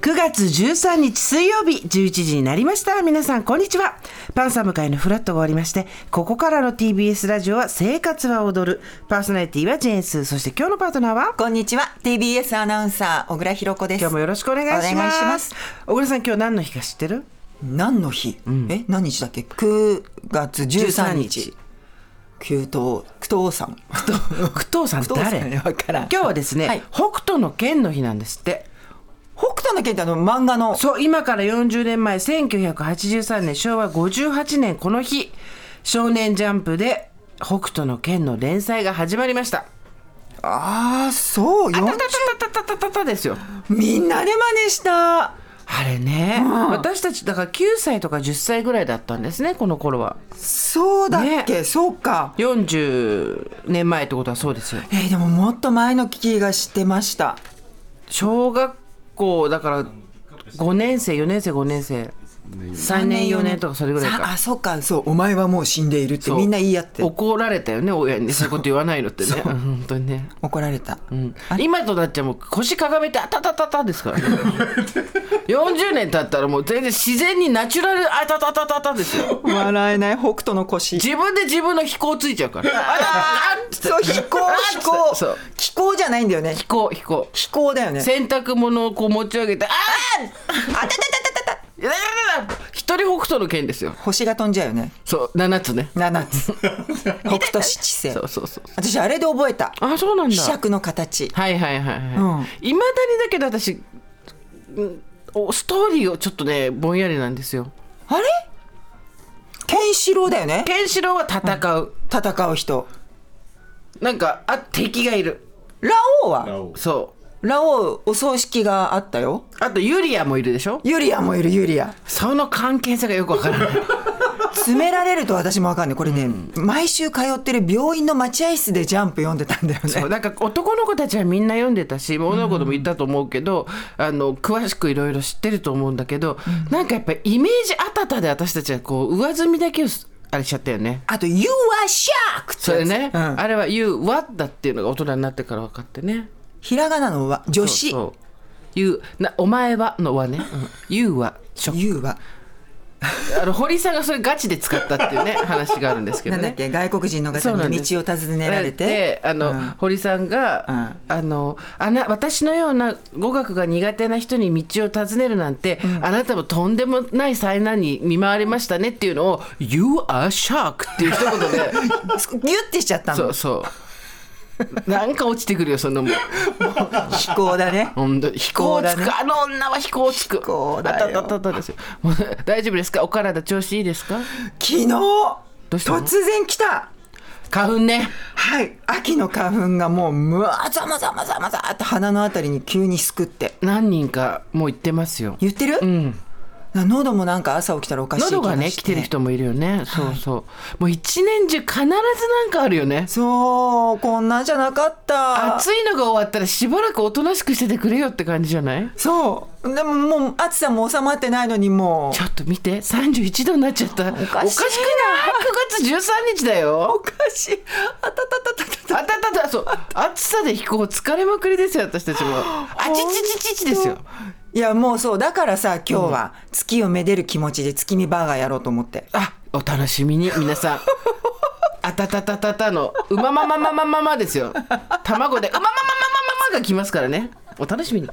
月13日水曜日11時になりました。皆さん、こんにちは。パンサム会のフラットが終わりまして、ここからの TBS ラジオは生活は踊る。パーソナリティはジェーンス。そして今日のパートナーはこんにちは。TBS アナウンサー、小倉弘子です。今日もよろしくお願いします。ます小倉さん、今日何の日か知ってる何の日、うん、え、何日だっけ ?9 月13日。九頭九頭さん九頭さん誰さん分からん今日はですね、はい、北斗の剣の日なんですって北斗の剣ってあの漫画のそう今から40年前1983年昭和58年この日「少年ジャンプ」で北斗の剣の連載が始まりましたああそうよあたたたたたたたですよみんなで真似したあれね、うん、私たちだから9歳とか10歳ぐらいだったんですねこの頃はそうだっけ、ね、そうか40年前ってことはそうですよえー、でももっと前の気がしてました小学校だから5年生4年生5年生3年4年とかそれぐらいかあそうかそうお前はもう死んでいるってみんな言い合って怒られたよね親にそういうこと言わないのってね本当にね怒られた、うん、今となっちゃもう腰かがめてあたたたたです からね40年経ったらもう全然自然にナチュラルあたたたたたですよ笑えない北斗の腰自分で自分の飛行ついちゃうからああそう飛行飛行そう飛行じゃないんだよね飛行飛行飛行だよね洗濯物をこう持ち上げてあああたたたたたた一人北斗の剣ですよ星が飛んじゃうよねそう7つね7つ 北斗七星そうそうそう私あれで覚えたあそうなんだ磁石の形はいはいはいはいいま、うん、だにだけど私ストーリーをちょっとねぼんやりなんですよあれケンシロウだよねケンシロウは戦う、うん、戦う人なんかあ敵がいるラオウはそうラオウお葬式があったよあとユリアもいるでしょユリアもいるユリアその関係性がよくわからない詰められると私もわかんないこれね、うん、毎週通ってる病院の待合室でジャンプ読んでたんだよねそうなんか男の子たちはみんな読んでたし女の子でもいたと思うけど、うん、あの詳しくいろいろ知ってると思うんだけど、うん、なんかやっぱりイメージあたたで私たちはこう上積みだけをあれしちゃったよねあと「You are shark」ってそれね、うん、あれは「You what」だっていうのが大人になってから分かってねひらがなのは女子。そうそうゆうなお前はのはね。ゆうはしょ。ゆうは。あの堀さんがそれガチで使ったっていうね話があるんですけど、ね、なんだっけ外国人の方に道を尋ねられてあの、うん、堀さんが、うん、あのあな私のような語学が苦手な人に道を尋ねるなんて、うん、あなたもとんでもない災難に見舞われましたねっていうのを「You are shark」っていう一言 でギュッてしちゃったのそうそうなんか落ちてくるよそんなもん飛行 だね本当飛行つく、ね、あの女は飛行つく飛行だよあたたたですよ大丈夫ですかお体調子いいですか昨日突然来た花粉ねはい秋の花粉がもうむわざまざまざまざって鼻のあたりに急にすくって何人かもう言ってますよ言ってるうん喉もなんか朝起きたらおかしい喉がね来てる人もいるよね、はい、そうそうもう一年中必ずなんかあるよねそうこんなんじゃなかった暑いのが終わったらしばらくおとなしくしててくれよって感じじゃないそうでももう暑さも収まってないのにもうちょっと見て31度になっちゃったおかしいなおかしくない9月13日だよおかしいあたたたたたあたたたそう暑さで飛行疲れまくりですよ私たちもあちちちちちですよいやもうそうだからさ今日は月をめでる気持ちで月見バーガーやろうと思って、うん、あお楽しみに皆さんあたたたたたのうまままままままですよ卵でうまままままままがきますからねお楽しみに